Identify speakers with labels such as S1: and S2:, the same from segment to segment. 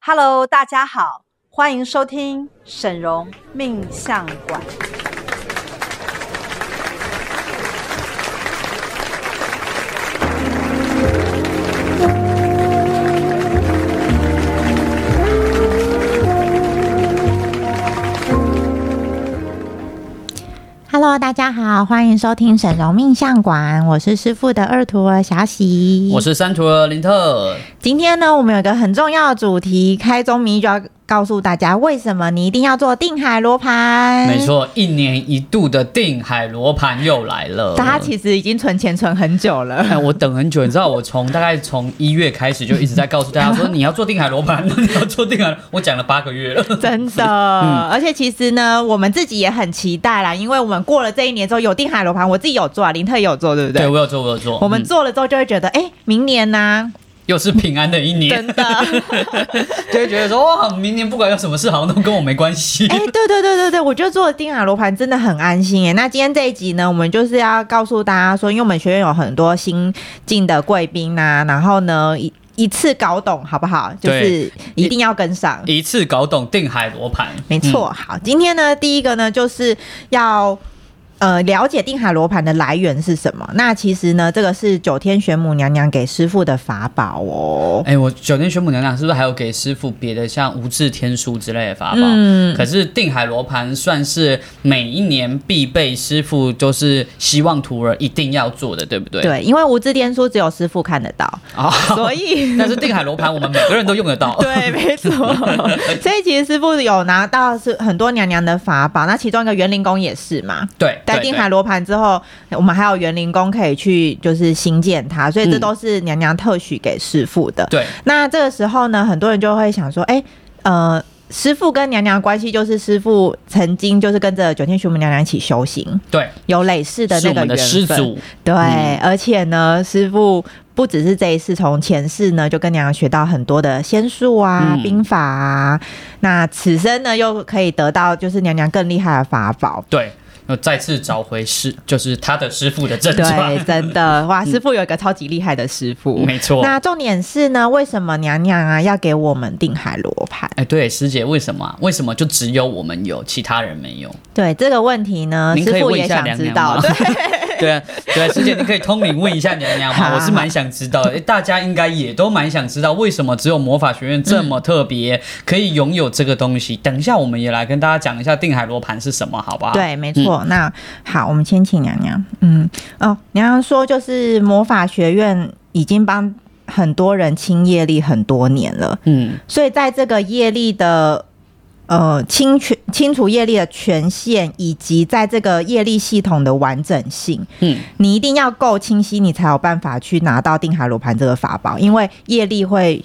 S1: Hello，大家好，欢迎收听沈荣命相馆。
S2: Hello，大家好，欢迎收听沈荣命相馆，我是师傅的二徒儿小喜。
S3: 我是三徒儿林特，
S2: 今天呢，我们有一个很重要的主题，开宗明义就要告诉大家，为什么你一定要做定海罗盘。
S3: 没。错，一年一度的定海罗盘又来了。
S2: 大家其实已经存钱存很久 了，
S3: 哎，我等很久，你知道，我从大概从一月开始就一直在告诉 大家说，你要做定海罗盘， 你要做定海，我讲了八个月了。
S2: 真的。
S3: 嗯
S2: 而且其实呢，我们自己也很期待啦，因为我们过了这一年之后有定海罗盘，我自己有做啊，林特也有做，对不对？
S3: 对，我有做，我有做。
S2: 我们
S3: 嗯
S2: 做了之后就会觉得，哎、明年呢、
S3: 又是平安的一
S2: 真
S3: 年，
S2: 的。
S3: 就会觉得说，哇，明年不管有什么事，好像都跟我没关系
S2: 哎、。对对对对对，我觉得做定海罗盘真的很安心哎。那今天这一集呢，我们就是要告诉大家说，因为我们学院有很多新进的贵宾呐、然后呢一一次搞懂好不好？就是
S3: 对
S2: 一定要跟上。
S3: 一嗯次搞懂定海罗盘，
S2: 没错，好，今天呢，第一个呢，就是要呃了解定海罗盘的来源是什么。那其实呢，这个是九天玄母娘娘给师傅的法宝哦
S3: 嗯。。哎、我九天玄母娘娘是不是还有给师傅别的像无字天书之类的法宝？
S2: 嗯
S3: 可是定海罗盘算是每一年必备，师傅都是希望徒儿一定要做的，对不对？。
S2: 对，因为无字天书只有师傅看得到，
S3: 啊、
S2: 所 以
S3: 但是定海罗盘我们每个人都用得到。
S2: 对，没错。所以其实师傅有拿到是很多娘娘的法宝，那其中一个园林宫也是嘛。
S3: 对，
S2: 在
S3: 对
S2: 定
S3: 对
S2: 海罗盘之后，我们还有园林宫可以去就是新建它，所以这
S3: 嗯
S2: 都是娘娘特许给师傅的。
S3: 对
S2: 那这个时候呢，很多人就会想说，哎、呃。师傅跟娘娘的关系就是师傅曾经就是跟着九天玄母娘娘一起修行，
S3: 对，
S2: 有累世的
S3: 是
S2: 那
S3: 我
S2: 个
S3: 们的
S2: 缘分。
S3: 师祖，
S2: 对，
S3: 嗯
S2: 而且呢，师傅不只是这一次，从前世呢就跟娘娘学到很多的仙术啊、
S3: 嗯
S2: 兵法啊，那此生呢又可以得到就是娘娘更厉害的法 宝。
S3: 对，又再次找回师，就是他的师傅的正
S2: 对，
S3: 传。
S2: 真 的哇，师傅有一个超级厉害的师傅。
S3: 没错。
S2: 那重点是呢，为什么娘娘啊要给我们定海罗盘？
S3: 哎，对，师姐，为什么啊？为什么就只有我们有，其他人没有？
S2: 对这个问题呢，
S3: 您可
S2: 师
S3: 以
S2: 傅
S3: 问
S2: 也
S3: 一下
S2: 想
S3: 娘
S2: 知
S3: 娘
S2: 道。
S3: 吗
S2: 对，
S3: 对啊，对啊，师姐，你可以通灵问一下娘娘
S2: 好
S3: 吗？我是蛮想知道的，诶大家应该也都蛮想知道，为什么只有魔法学院这么特别，可以拥有这个东西？等一下，我们也来跟大家讲一下定海罗盘是什么，好不好？，
S2: 对，没错。那好，我们先请娘娘。嗯，哦，娘娘说就是魔法学院已经帮很多人清业力很多年了，
S3: 嗯，
S2: 所以在这个业力的。呃，清权清除业力的权限，以及在这个业力系统的完整性，
S3: 嗯，
S2: 你一定要够清晰，你才有办法去拿到定海罗盘这个法宝，因为业力会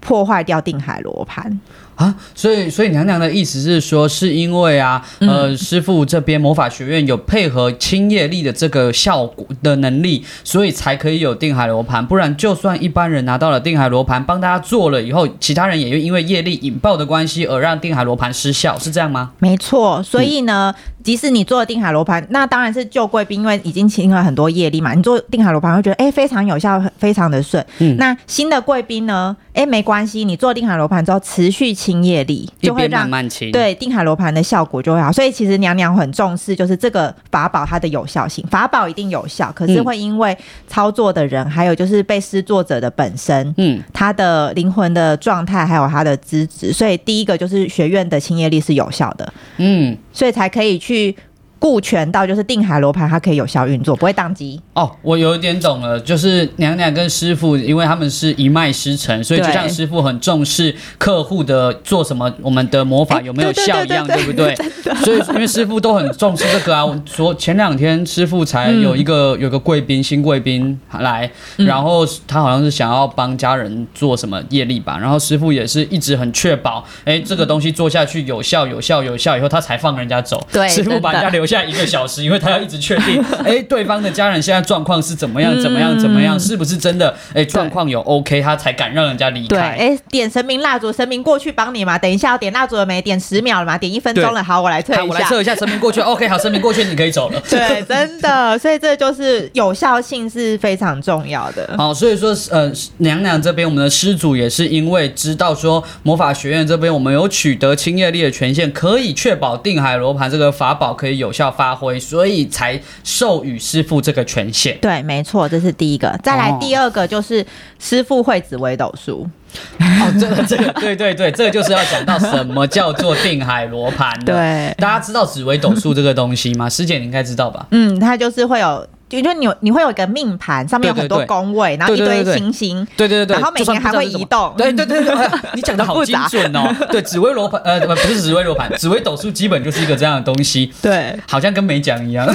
S2: 破坏掉定海罗盘。
S3: 啊，所以所以娘娘的意思是说，是因为啊，呃，师傅这边魔法学院有配合清业力的这个效果的能力，所以才可以有定海罗盘。不然，就算一般人拿到了定海罗盘，帮大家做了以后，其他人也会因为业力引爆的关系而让定海罗盘失效，是这样吗？
S2: 没错，所以呢，即使你做了定海罗盘，那当然是旧贵宾，因为已经清了很多业力嘛。你做定海罗盘会觉得，哎、非常有效，非常的顺。
S3: 嗯
S2: 那新的贵宾呢，哎、没关系，你做定海罗盘之后，持续清业力，
S3: 一
S2: 就会
S3: 边慢
S2: 让
S3: 慢清，，
S2: 对定海罗盘的效果就会好。所以其实娘娘很重视，就是这个法宝它的有效性，法宝一定有效，可是
S3: 嗯
S2: 会因为操作的人，还有就是被施作者的本身，
S3: 嗯，
S2: 他的灵魂的状态，还有他的资质，所以第一个就是学院的清业力是有效的，
S3: 嗯，
S2: 所以才可以去顾全到就是定海罗盘，它可以有效运作，不会宕机。
S3: 哦，我有一点懂了，就是娘娘跟师傅，因为他们是一脉师承，所以就
S2: 对
S3: 像师傅很重视客户的做什么，我们的魔法有没有效一样，
S2: 哎
S3: 对不对？ 所以因为师傅都很重视这个啊，我昨前两天师傅才
S2: 嗯
S3: 有一个、有个贵宾新贵宾来，然后他好像是想要帮家人做什么业力吧，然后师傅也是一直很确保，哎，这个东西做下去有效有效有效以后，他才放人家走，
S2: 对
S3: 师
S2: 真
S3: 傅
S2: 的
S3: 把人家留下一个小时，因为他要一直确 定，哎，对方的家人现在状况是怎么
S2: 嗯
S3: 样，怎么样，怎么样，是不是真的？哎，状况有 OK，他才敢让人家离
S2: 对，
S3: 开。
S2: 哎，点神明蜡烛，神明过去帮你嘛。等一下，点蜡烛了没？点十秒了嘛？点一分钟
S3: 对
S2: 了，好，我来退
S3: 好，
S2: 一
S3: 我来
S2: 下。
S3: 测一下声明过去。OK，好，声明过去，你可以走了。
S2: 对，真的，所以这就是有效性是非常重要的。
S3: 好，所以说，呃，娘娘这边我们的施主也是因为知道说魔法学院这边我们有取得清业力的权限，可以确保定海罗盘这个法宝可以有效发挥，所以才授予师傅这个权限。
S2: 对，没错，这是第一个。再来
S3: 哦
S2: 第二个就是师傅会紫微斗数。
S3: 哦，这个这个，对对对，这个就是要讲到什么叫做定海罗盘。，
S2: 对，
S3: 大家知道紫微斗数这个东西吗？师姐你应该知道吧？
S2: 嗯，它就是会有，就就你有你会有一个命盘，上面有
S3: 对对
S2: 很多
S3: 对
S2: 宫位，然后一
S3: 对对
S2: 堆
S3: 对对
S2: 星星。
S3: 对对对，
S2: 然后每
S3: 就算
S2: 年还
S3: 不知道
S2: 会
S3: 是
S2: 移
S3: 什么
S2: 动
S3: 对对对对，哎呀你讲的好精准哦。对，紫微罗盘，呃，不是紫微罗盘，紫微斗数基本就是一个这样的东西，
S2: 对，
S3: 好像跟没讲一样。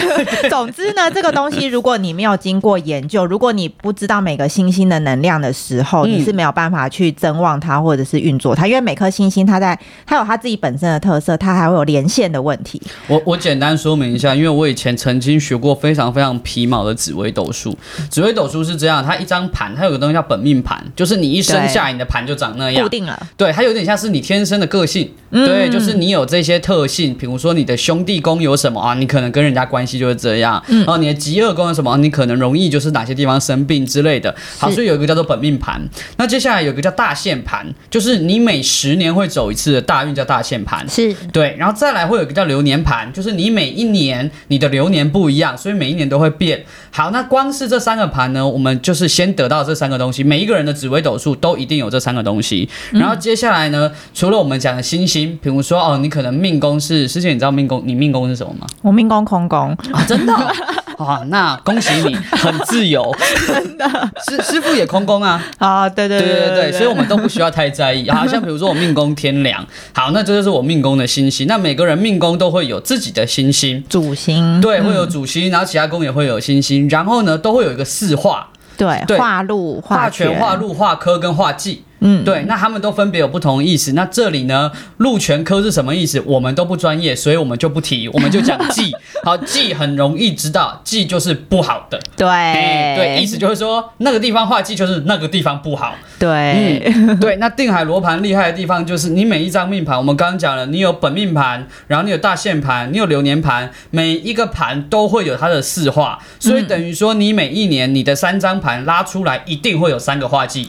S2: 总之呢，这个东西如果你没有经过研究，如果你不知道每个星星的能量的时候，
S3: 嗯
S2: 你是没有办法去增旺它或者是运作它，因为每颗星星它在它有它自己本身的特色，它还会有连线的问题。
S3: 我我简单说明一下，因为我以前曾经学过非常非常皮毛的紫微斗数。紫微斗数是这样，它一张盘，它有个东西叫本命盘，就是你一生
S2: 对
S3: 下来你的盘就长那样
S2: 固。定嗯了，
S3: 对，它有点像是你天生的个性，对，就是你有这些特性，比如说你的兄弟宫有什么啊，你可能跟人家关系就是这样，
S2: 嗯
S3: 然后你的极恶宫有什么、啊你可能容易就是哪些地方生病之类的。好，
S2: 是
S3: 所以有一个叫做本命盘，那接下来有一个叫大限盘，就是你每十年会走一次的大运叫大限盘。
S2: 是
S3: 对，然后再来会有一个叫流年盘，就是你每一年你的流年不一样，所以每一年都会变。好，那光是这三个盘呢，我们就是先得到这三个东西，每一个人的紫微斗数都一定有这三个东西。然后接下来呢，除了我们讲的星星，比如说哦，你可能命宫是师姐，你知道命宫你命宫是什么吗？
S2: 我命宫空 宫，
S3: 啊，真的、哦。哇，那恭喜你，很自由， 真的。师师傅也空宫啊，
S2: 啊，对对
S3: 对对
S2: 对
S3: 对，所以我们都不需要太在意。 好像比如说我命宫天梁，好，那这就是我命宫的星星。那每个人命宫都会有自己的星星，
S2: 主星嗯
S3: 对，会有主星，然后其他宫也会有星星，然后呢都会有一个四化，
S2: 对
S3: 对
S2: 化禄
S3: 化
S2: 权
S3: 权、化禄、化科跟化忌。
S2: 嗯
S3: 对，那他们都分别有不同的意思。那这里呢，禄全科是什么意思？我们都不专业，所以我们就不提，我们就讲 忌。好，忌很容易知道，忌就是不好的。
S2: 对、
S3: 哎，对，意思就是说那个地方化忌就是那个地方不好。
S2: 对、
S3: 嗯，对，那定海罗盘厉害的地方就是，你每一张命盘，我们刚刚讲了，你有本命盘，然后你有大限盘，你有流年盘，每一个盘都会有它的四化，所以等于说你每一年你的三张盘拉出来，一定会有三个化忌。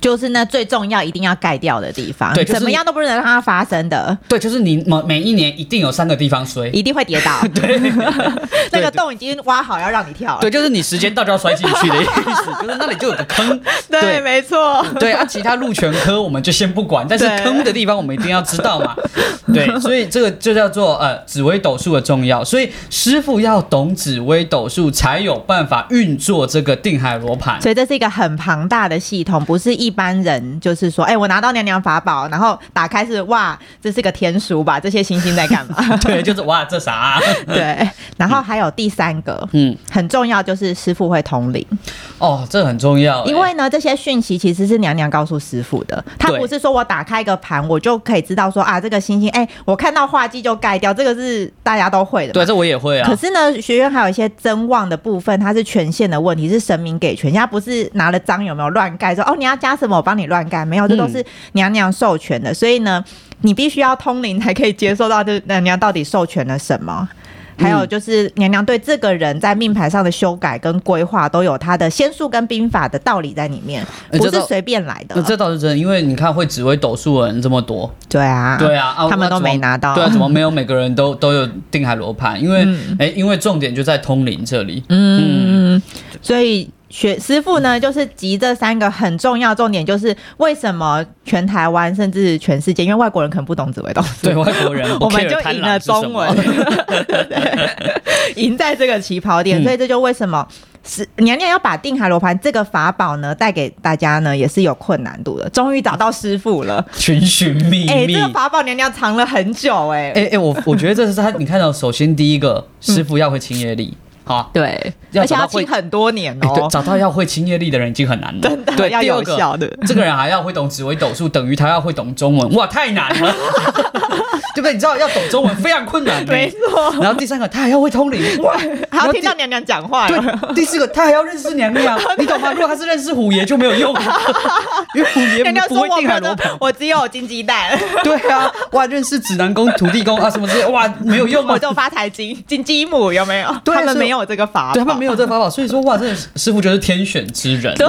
S2: 就是那最重要一定要盖掉的地方，
S3: 对就是
S2: 怎么样都不能让它发生的，
S3: 对，就是你每每一年一定有三个地方衰。
S2: 一定会跌 倒。对， 那个洞已经挖好要让你跳了。
S3: 对，就是你时间到就要摔进去的意 思，就是那里就有个坑。对
S2: 没错。
S3: 对啊，其他路权科我们就先不管，但是
S2: 对
S3: 坑的地方我们一定要知 道嘛。对，所以这个就叫做呃紫微斗数的重要，所以师傅要懂紫微斗数，才有办法运作这个定海罗 盘。
S2: 所以这是一个很庞大的系统，不是一般人就是说，哎、我拿到娘娘法宝，然后打开是哇，这是个天书吧？这些星星在干嘛？
S3: 对，就是哇，这啥、啊？
S2: 对。然后还有第三个，
S3: 嗯，
S2: 很重要就是师傅会统领，
S3: 哦，这很重要欸、
S2: 因为呢，这些讯息其实是娘娘告诉师傅的，他
S3: 对
S2: 不是说我打开一个盘我就可以知道说啊，这个星星，哎、我看到画技就盖掉，这个是大家都会的嘛。
S3: 对，这我也会啊
S2: 可。是呢，学院还有一些增旺的部分，它是权限的问题，是神明给权，它不是拿了章有没有乱盖，说哦你要加什么我帮你乱盖，没有，这都
S3: 嗯
S2: 是娘娘授权的，所以呢，你必须要通灵才可以接受到这娘娘到底授权了什么。还
S3: 嗯
S2: 有就是娘娘对这个人在命盘上的修改跟规划都有她的仙术跟兵法的道理在里面，
S3: 哎
S2: 不
S3: 这
S2: 是
S3: 倒
S2: 随便来的
S3: 呃。这倒是真的，因为你看会紫微斗数的人这么多，
S2: 对啊，
S3: 对啊，啊
S2: 他们
S3: 那
S2: 都
S3: 怎么
S2: 没拿到
S3: 对啊，怎么没有每个人都都有定海罗盘？因为哎、诶因为重点就在通灵这里。
S2: 嗯，所以学师傅呢，就是集这三个很重要重点，就是为什么全台湾甚至全世界，因为外国人可能不懂紫微斗 数，
S3: 对外国人，
S2: 我
S3: 不
S2: 们
S3: care
S2: 就
S3: 贪
S2: 赢
S3: 婪
S2: 了
S3: 是什
S2: 中
S3: 么
S2: 文，对赢在这个起跑点，
S3: 嗯
S2: 所以这就为什么。是娘娘要把定海罗盘这个法宝呢带给大家呢，也是有困难度的。终于找到师傅了，
S3: 寻寻觅
S2: 哎、
S3: 觅
S2: 这。个法宝娘娘藏了很久、哎、嗯
S3: 哎哎，我我觉得这是他，你看到，首先第一个师傅要会清业力，好，
S4: 对，
S3: 要
S2: 而且
S3: 找
S2: 要
S3: 到会
S2: 清很多年
S3: 哎对
S2: 哦，
S3: 找到要会清业力的人已经很难了，
S2: 真的
S3: 对，
S2: 要
S3: 第二
S2: 有
S3: 个
S2: 效的。
S3: 这个人还要会懂紫微斗数，等于他要会懂中文，哇，太难 了，对不对？你知道要懂中文非常困难的，
S2: 没错，
S3: 然后第三个，他还要会通灵，哇，
S2: 还
S3: 然
S2: 要
S3: 后
S2: 听
S3: 第
S2: 到娘娘讲 话了，
S3: 对，第四个他还要认识娘娘， 你懂吗？如果他是认识虎爷就没有用，因为虎
S2: 娘
S3: 爷
S2: 娘
S3: 不
S2: 说
S3: 会
S2: 我
S3: 定
S2: 没
S3: 海
S2: 有
S3: 罗
S2: 的
S3: 盘，。
S2: 我只有金鸡蛋，
S3: 对啊，哇，认识指南宫、土地公啊什么之类，哇，没 有用
S2: 我
S3: 啊。
S2: 只有发财金金鸡母，有没有？
S3: 对
S2: 他们
S3: 是
S2: 没有这个法宝，
S3: 对他们没有这个法宝， 所以说哇，这师傅就是天选之人。
S2: 对，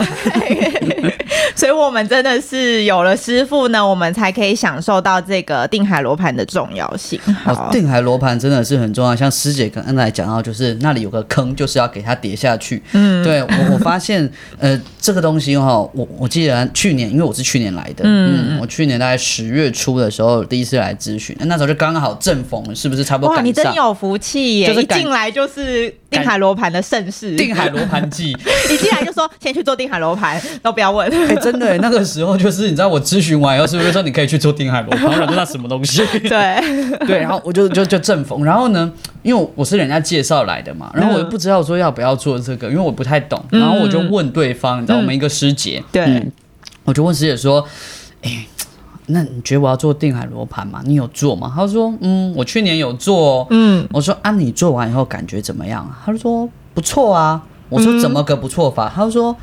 S2: 所以我们真的是有了师傅呢，我们才可以享受到这个定海罗盘的重要性。
S3: 哦
S2: 好，，
S3: 定海罗盘真的是很重要。像师姐刚才讲到，就是那里有个坑，就是要给它跌下去。嗯，对我我发现， 呃，这个东西哈、我我记得去年，因为我是去年来的，嗯，我去年大概十月初的时候第一次来咨询，那时候就刚好正逢，是不是差不多
S2: 哇，
S3: 赶
S2: 你真
S3: 上
S2: 有福气耶！
S3: 就是
S2: 一
S3: 赶
S2: 进来就是定海罗盘的盛世，
S3: 定海罗盘季？
S2: 一进来就说先去做定海罗盘，都不要问。
S3: 哎、真的耶，那个时候就是你知道我咨询完以后，是不是说你可以去做定海罗盘？我想说那什么东西？
S2: 对，
S3: 对，然后我就就就正逢，然后呢，因为我是人家介绍来的嘛，然后我又不知道说要不要做这个，因为我不太懂，然后我就问对方，你知道我们一个师姐，
S2: 对
S3: 嗯我就问师姐说，哎、那你觉得我要做定海罗盘吗？你有做吗？她说，嗯，我去年有做、哦，
S2: 嗯，
S3: 我说啊，你做完以后感觉怎么样？啊她就说哦不错啊，我说怎么个不错法？她就说。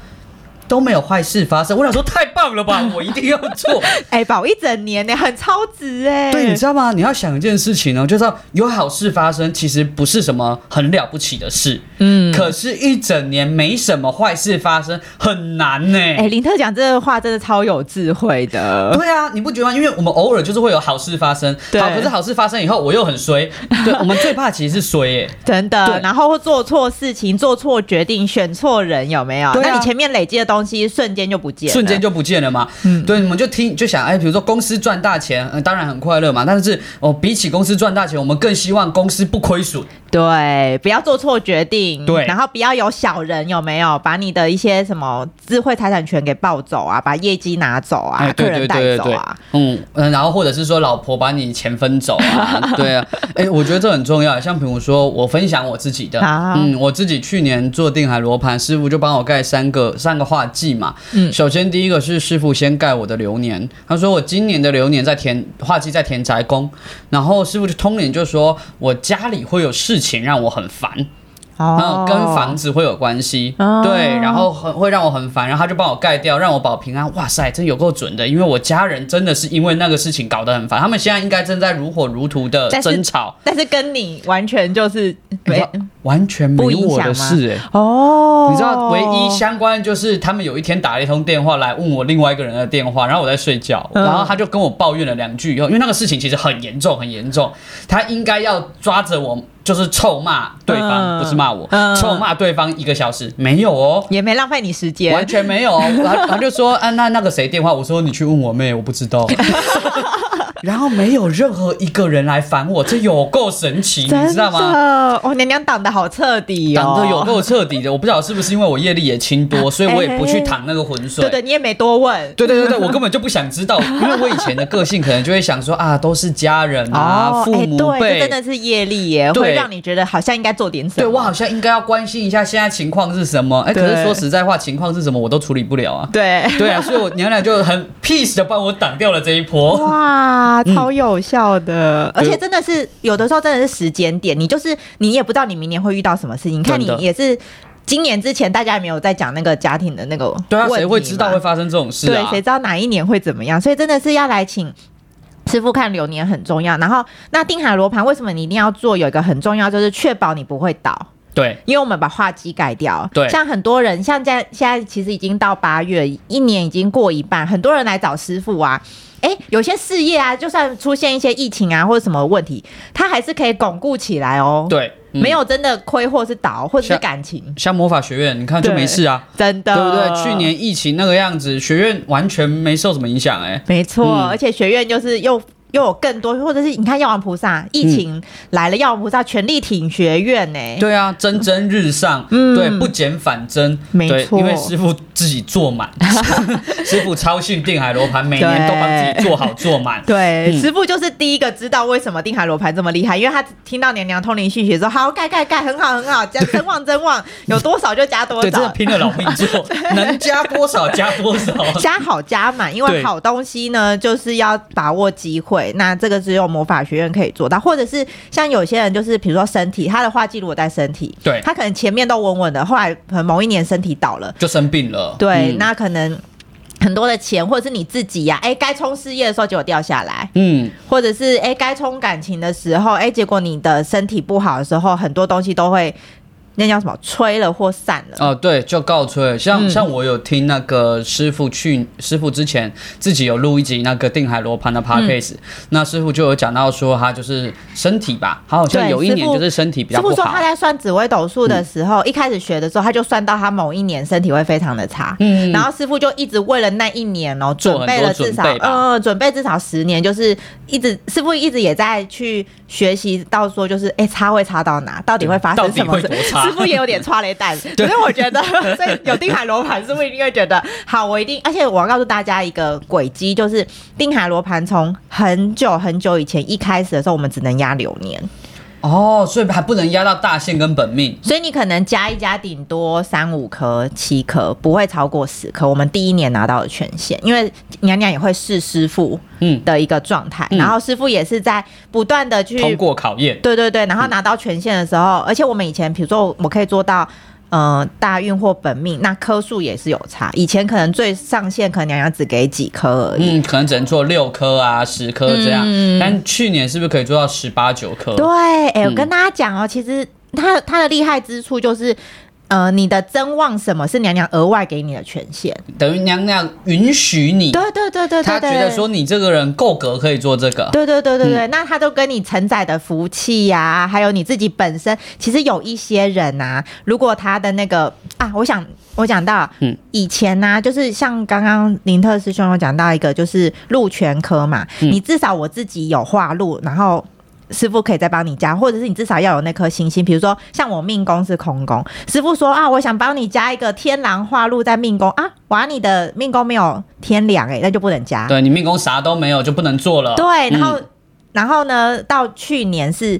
S3: 都没有坏事发生，我想说太棒了吧，我一定要做。
S2: 哎，保一整年呢，很超值哎。
S3: 对，你知道吗？你要想一件事情呢，就是要有好事发生，其实不是什么很了不起的事。嗯，可是，一整年没什么坏事发生，很难呢、
S2: 哎， 林特讲这个话真的超有智慧的。
S3: 对啊，你不觉得吗？因为我们偶尔就是会有好事发生，
S2: 对
S3: 好，可是好事发生以后，我又很衰。 对，我们最怕其实是衰耶、
S2: 真
S3: 对
S2: 的，然后做错事情、做错决定、选错人，有没有？
S3: 对啊
S2: 那你前面累积的东西瞬间就不见了，
S3: 瞬间就不见了嘛。
S2: 嗯
S3: 对，你们就听就想，哎，比如说公司赚大钱，呃当然很快乐嘛。但是哦，比起公司赚大钱，我们更希望公司不亏损。
S2: 对，不要做错决定，
S3: 对
S2: 然后不要有小人，有没有把你的一些什么智慧财产权给抱走啊，把业绩拿走啊，
S3: 哎，对
S2: 客
S3: 对
S2: 人
S3: 对
S2: 带
S3: 对
S2: 走
S3: 对
S2: 啊，，
S3: 嗯嗯，然后或者是说老婆把你钱分走 啊，对啊，哎，我觉得这很重要。像比如说我分享我自己的，
S2: 好
S3: 嗯，我自己去年做定海罗盘，师傅就帮我盖三个三个画技嘛。嗯，首先第一个是师傅先盖我的流年，他说我今年的流年在田画技在田宅宫，然后师傅就通灵就说我家里会有事情让我很烦，嗯，跟房子会有关系，
S2: 哦
S3: 对，然后很会让我很烦，然后他就帮我盖掉，让我保平安。哇塞，真有够准的，因为我家人真的是因为那个事情搞得很烦，他们现在应该正在如火如荼的
S2: 但是
S3: 争吵，
S2: 但是跟你完全就是没
S3: 哇完全没
S2: 不
S3: 有
S2: 影
S3: 我
S2: 响
S3: 的
S2: 吗
S3: 事哎、
S2: 哦
S3: 你知道，唯一相关就是他们有一天打了一通电话来问我另外一个人的电话，然后我在睡觉，
S2: 嗯
S3: 然后他就跟我抱怨了两句以后，因为那个事情其实很严重，很严重，他应该要抓着我，就是臭骂对方，
S2: 嗯
S3: 不是骂我，
S2: 嗯
S3: 臭骂对方一个小时，没有哦。
S2: 也没浪费你时
S3: 完
S2: 间，
S3: 全没有，他他就说啊，那那个谁电话？我说你去问我妹，我不 知道。然后没有任何一个人来烦我，这有够神奇，你知道吗？
S2: 吗？哦，娘娘挡的好彻底哦，
S3: 挡得有够彻底的，我不知道是不是因为我业力也清
S2: 啊
S3: 多，所以我也不去淌那个浑水。
S2: 对对，你也没多问，
S3: 对对对对，我根本就不想 知道，因为我以前的个性可能就会想说啊，都是家人啊，
S2: 哦，
S3: 父
S2: 哎
S3: 母
S2: 对，这
S3: 辈，
S2: 真的是业力耶，
S3: 对
S2: 会让你觉得好像应该做点什么，
S3: 对我好像应该要关心一下现在情况是什么。哎，可是
S2: 对
S3: 说实在话，情况是什么我都处理不了啊。
S2: 对。
S3: 对啊，所以我娘娘就很 peace 的帮我挡掉了这一波。
S2: 哇，超有效的！嗯而
S3: 对
S2: 且真的是有的时候真的是时间点，你就是你也不知道你明年会遇到什么事情。你看你
S3: 真的
S2: 也是今年之前大家也没有在讲那个家庭的那个
S3: 对啊，
S2: 问
S3: 谁
S2: 题
S3: 会知道
S2: 嘛
S3: 会发生这种事
S2: 对，
S3: 啊
S2: 谁？知道哪一年会怎么样？所以真的是要来请。师傅看流年很重要，然后那定海罗盘为什么你一定要做？有一个很重要就是确保你不会倒，
S3: 对，
S2: 因为我们把画机改掉，
S3: 对
S2: 像很多人，像在现在其实已经到八月，一年已经过一半，很多人来找师傅啊。哎，有些事业啊，就算出现一些疫情啊或者什么问题，它还是可以巩固起来哦。，
S3: 对，嗯
S2: 没有真的亏或是倒，或者是
S3: 像
S2: 感情，
S3: 像魔法学院，你看就没事啊。
S2: 真的，
S3: 对不对？去年疫情那个样子，学院完全没受什么影响哎、
S2: 没错，
S3: 嗯
S2: 而且学院就是又又有更多，或者是你看药王菩萨，疫情来了，药王菩萨全力挺学院欸呢、
S3: 对啊，蒸蒸日上，
S2: 嗯
S3: 对，不减反增，
S2: 没
S3: 对
S2: 错
S3: 因为师傅自己 做满，师傅超训定海罗盘，每年都把自己做好做满。
S2: 对，
S3: 嗯
S2: 师傅就是第一个知道为什么定海罗盘这么厉害，因为他听到娘娘通灵讯息说好盖盖盖，很好很好，加增旺增旺，有多少就加 多啊
S3: 对，真的
S2: 少。
S3: 拼了老命 做，能加多少加多少。
S2: 加好加满，因为
S3: 对
S2: 好东西呢，就是要把握机会。那这个只有魔法学院可以做到，或者是像有些人，就是比如说身体，他的话记录我带身体，
S3: 对
S2: 他可能前面都稳稳的，后来可能某一年身体倒了，
S3: 就生病了，
S2: 对，
S3: 嗯
S2: 那可能很多的钱，或者是你自己呀、哎，该冲事业的时候结果掉下来，
S3: 嗯，
S2: 或者是哎该冲感情的时候，哎，结果你的身体不好的时候，很多东西都会那叫什么吹了或散了。
S3: 哦，对，就告吹。像、
S2: 嗯
S3: 像我有听那个师傅去，师傅之前自己有录一集那个定海罗盘的 podcast，、那
S2: 嗯
S3: 师傅就有讲到说他就是身体吧，他好像
S2: 对
S3: 有一
S2: 师
S3: 年
S2: 傅
S3: 就是身体比
S2: 师
S3: 较
S2: 傅
S3: 不
S2: 说
S3: 好嗯
S2: 他。在算紫微斗数的时候，一开始学的时候，他就算到他某一年身体会非常的差，
S3: 嗯
S2: 然后师傅就一直为了那一年哦，
S3: 做
S2: 准
S3: 很多
S2: 备了至少
S3: 准备吧
S2: 呃，准备至少十年，就是一直师傅一直也在去学习到说，就是哎差会差到哪，到底会发生什么
S3: 到
S2: 事
S3: 底会？多差
S2: 师傅也有点差雷蛋， 可是我觉得所以有定海罗盘，师傅一定会觉得好，我一定，而且我要告诉大家一个轨迹，就是定海罗盘从很久很久以前一开始的时候，我们只能压流年。
S3: 哦，所以还不能压到大限跟本命。
S2: 所以你可能加一加，顶多三五颗、七颗，不会超过十颗。我们第一年拿到的权限，因为娘娘也会试师傅
S3: 嗯，
S2: 的一个状态，
S3: 嗯
S2: 然后师傅也是在不断的去
S3: 通过考验。
S2: 对对对，然后拿到权限的时候，而且我们以前比如说我可以做到。呃，大运或本命，那颗数也是有差。以前可能最上限，可能娘娘只给几颗而已。
S3: 嗯，可能只能做六颗啊、十颗这样，
S2: 嗯
S3: 但去年是不是可以做到十八九颗？
S2: 对，哎、我
S3: 嗯
S2: 跟大家讲哦，其实它它的厉害之处就是，呃，你的增旺什么是娘娘额外给你的权限。
S3: 等于娘娘允许你，
S2: 对对对对对对，
S3: 她觉得说嗯你这个人够格可以做这个。
S2: 对对对对对，那他都跟你承载的福气呀、还有你自己本身，其实有一些人啊，如果他的那个啊，我想我讲到，
S3: 嗯
S2: 嗯，以前呢、就是像刚刚林特师兄有讲到一个，就是录全科嘛，
S3: 嗯
S2: 你至少我自己有话录，然后。师傅可以再帮你加，或者是你至少要有那颗星星。比如说，像我命宫是空宫，师傅说啊，我想帮你加一个天狼化禄在命宫啊，哇，你的命宫没有天梁哎、那就不能加。
S3: 对你命宫啥都没有就不能做了。
S2: 对，然
S3: 嗯
S2: 后、然后呢，到去年是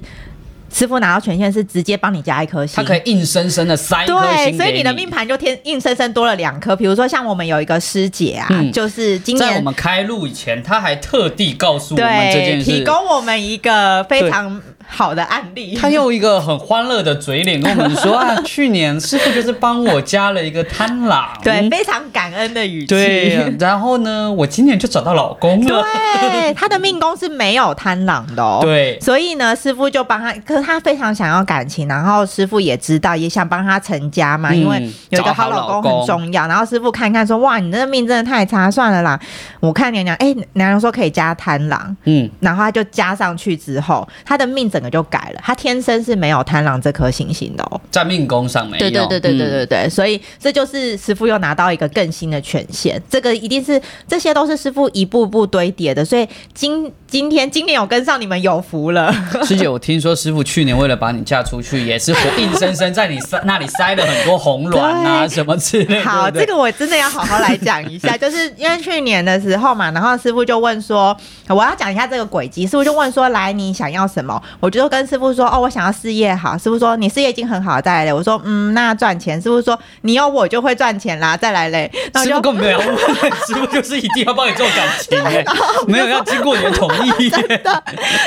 S2: 师傅拿到权限是直接帮你加一颗星，
S3: 他可以硬生生的塞一颗
S2: 对，
S3: 星
S2: 所以
S3: 给
S2: 你的命盘就天硬生生多了两颗。比如说像我们有一个师姐啊，
S3: 嗯
S2: 就是今
S3: 在我
S2: 年
S3: 们开录以前，他还特地告诉我们这件
S2: 对提
S3: 事。
S2: 供我们一个非常好的案例，
S3: 他用一个很欢乐的嘴脸跟我们 说啊，去年师傅就是帮我加了一个贪狼，
S2: 对非常感恩的语气。
S3: 嗯对，然后呢，我今年就找到老公了，
S2: 对，他的命宫是没有贪狼的哦。
S3: 对
S2: 所以呢，师傅就帮他，可是他非常想要感情，然后师傅也知道，也想帮他成家嘛，
S3: 嗯
S2: 因为有一个
S3: 找好
S2: 好
S3: 老
S2: 老
S3: 公
S2: 公很重要。然后师傅看看说，哇，你这命真的太差，算了啦。我看娘娘，哎、娘娘说可以加贪狼。
S3: 嗯，
S2: 然后他就加上去之后，他的命整个就改了。他天生是没有贪狼这颗行星的哦。
S3: 在命宫上没有，
S2: 对对对对对
S3: 嗯
S2: 对对，所以这就是师傅又拿到一个更新的权限，这个一定是这些都是师傅一步步堆叠的，所以今今天今年有跟上你们有福了，
S3: 嗯师姐，我听说师傅去年为了把你嫁出去，也是活硬生生在你塞那里塞了很多红鸾啊
S2: 对
S3: 什么之类的。
S2: 好，这
S3: 对不对
S2: 个我真的要好好来讲一 下，就是因为去年的时候嘛，然后师傅就问说，我要讲一下这个轨迹。师傅就问说，来，你想要什么？我就跟师傅说，哦，我想要事业好。师傅说，你事业已经很好，再来嘞。我说，嗯，那赚钱。师傅说，你有我就会赚钱啦，再来嘞。然后
S3: 师
S2: 我就
S3: 傅根本没有要问，师傅就是一定要帮你做感情 耶，没有要经过你的同意。